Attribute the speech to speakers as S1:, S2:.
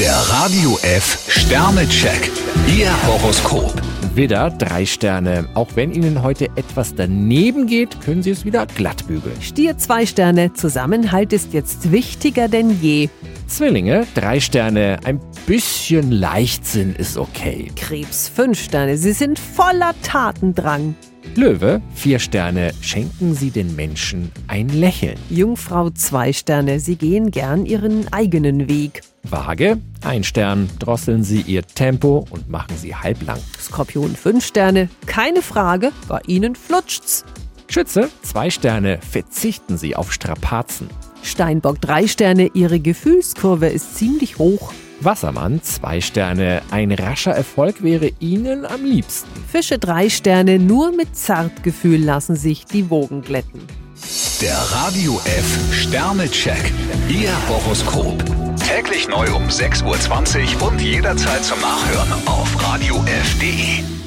S1: Der Radio F Sternecheck. Ihr Horoskop.
S2: Widder, drei Sterne. Auch wenn Ihnen heute etwas daneben geht, können Sie es wieder glatt bügeln.
S3: Stier zwei Sterne, Zusammenhalt ist jetzt wichtiger denn je.
S2: Zwillinge, drei Sterne. Ein bisschen Leichtsinn ist okay.
S3: Krebs fünf Sterne, Sie sind voller Tatendrang.
S2: Löwe, vier Sterne. Schenken Sie den Menschen ein Lächeln.
S3: Jungfrau zwei Sterne, Sie gehen gern Ihren eigenen Weg.
S2: Waage, ein Stern. Drosseln Sie Ihr Tempo und machen Sie halblang.
S3: Skorpion fünf Sterne, keine Frage, bei Ihnen flutscht's.
S2: Schütze, zwei Sterne. Verzichten Sie auf Strapazen.
S3: Steinbock drei Sterne, Ihre Gefühlskurve ist ziemlich hoch.
S2: Wassermann, zwei Sterne. Ein rascher Erfolg wäre Ihnen am liebsten.
S3: Fische drei Sterne, nur mit Zartgefühl lassen sich die Wogen glätten.
S1: Der Radio F Sternecheck. Ihr Horoskop. Täglich neu um 6.20 Uhr und jederzeit zum Nachhören auf Radio radiof.de.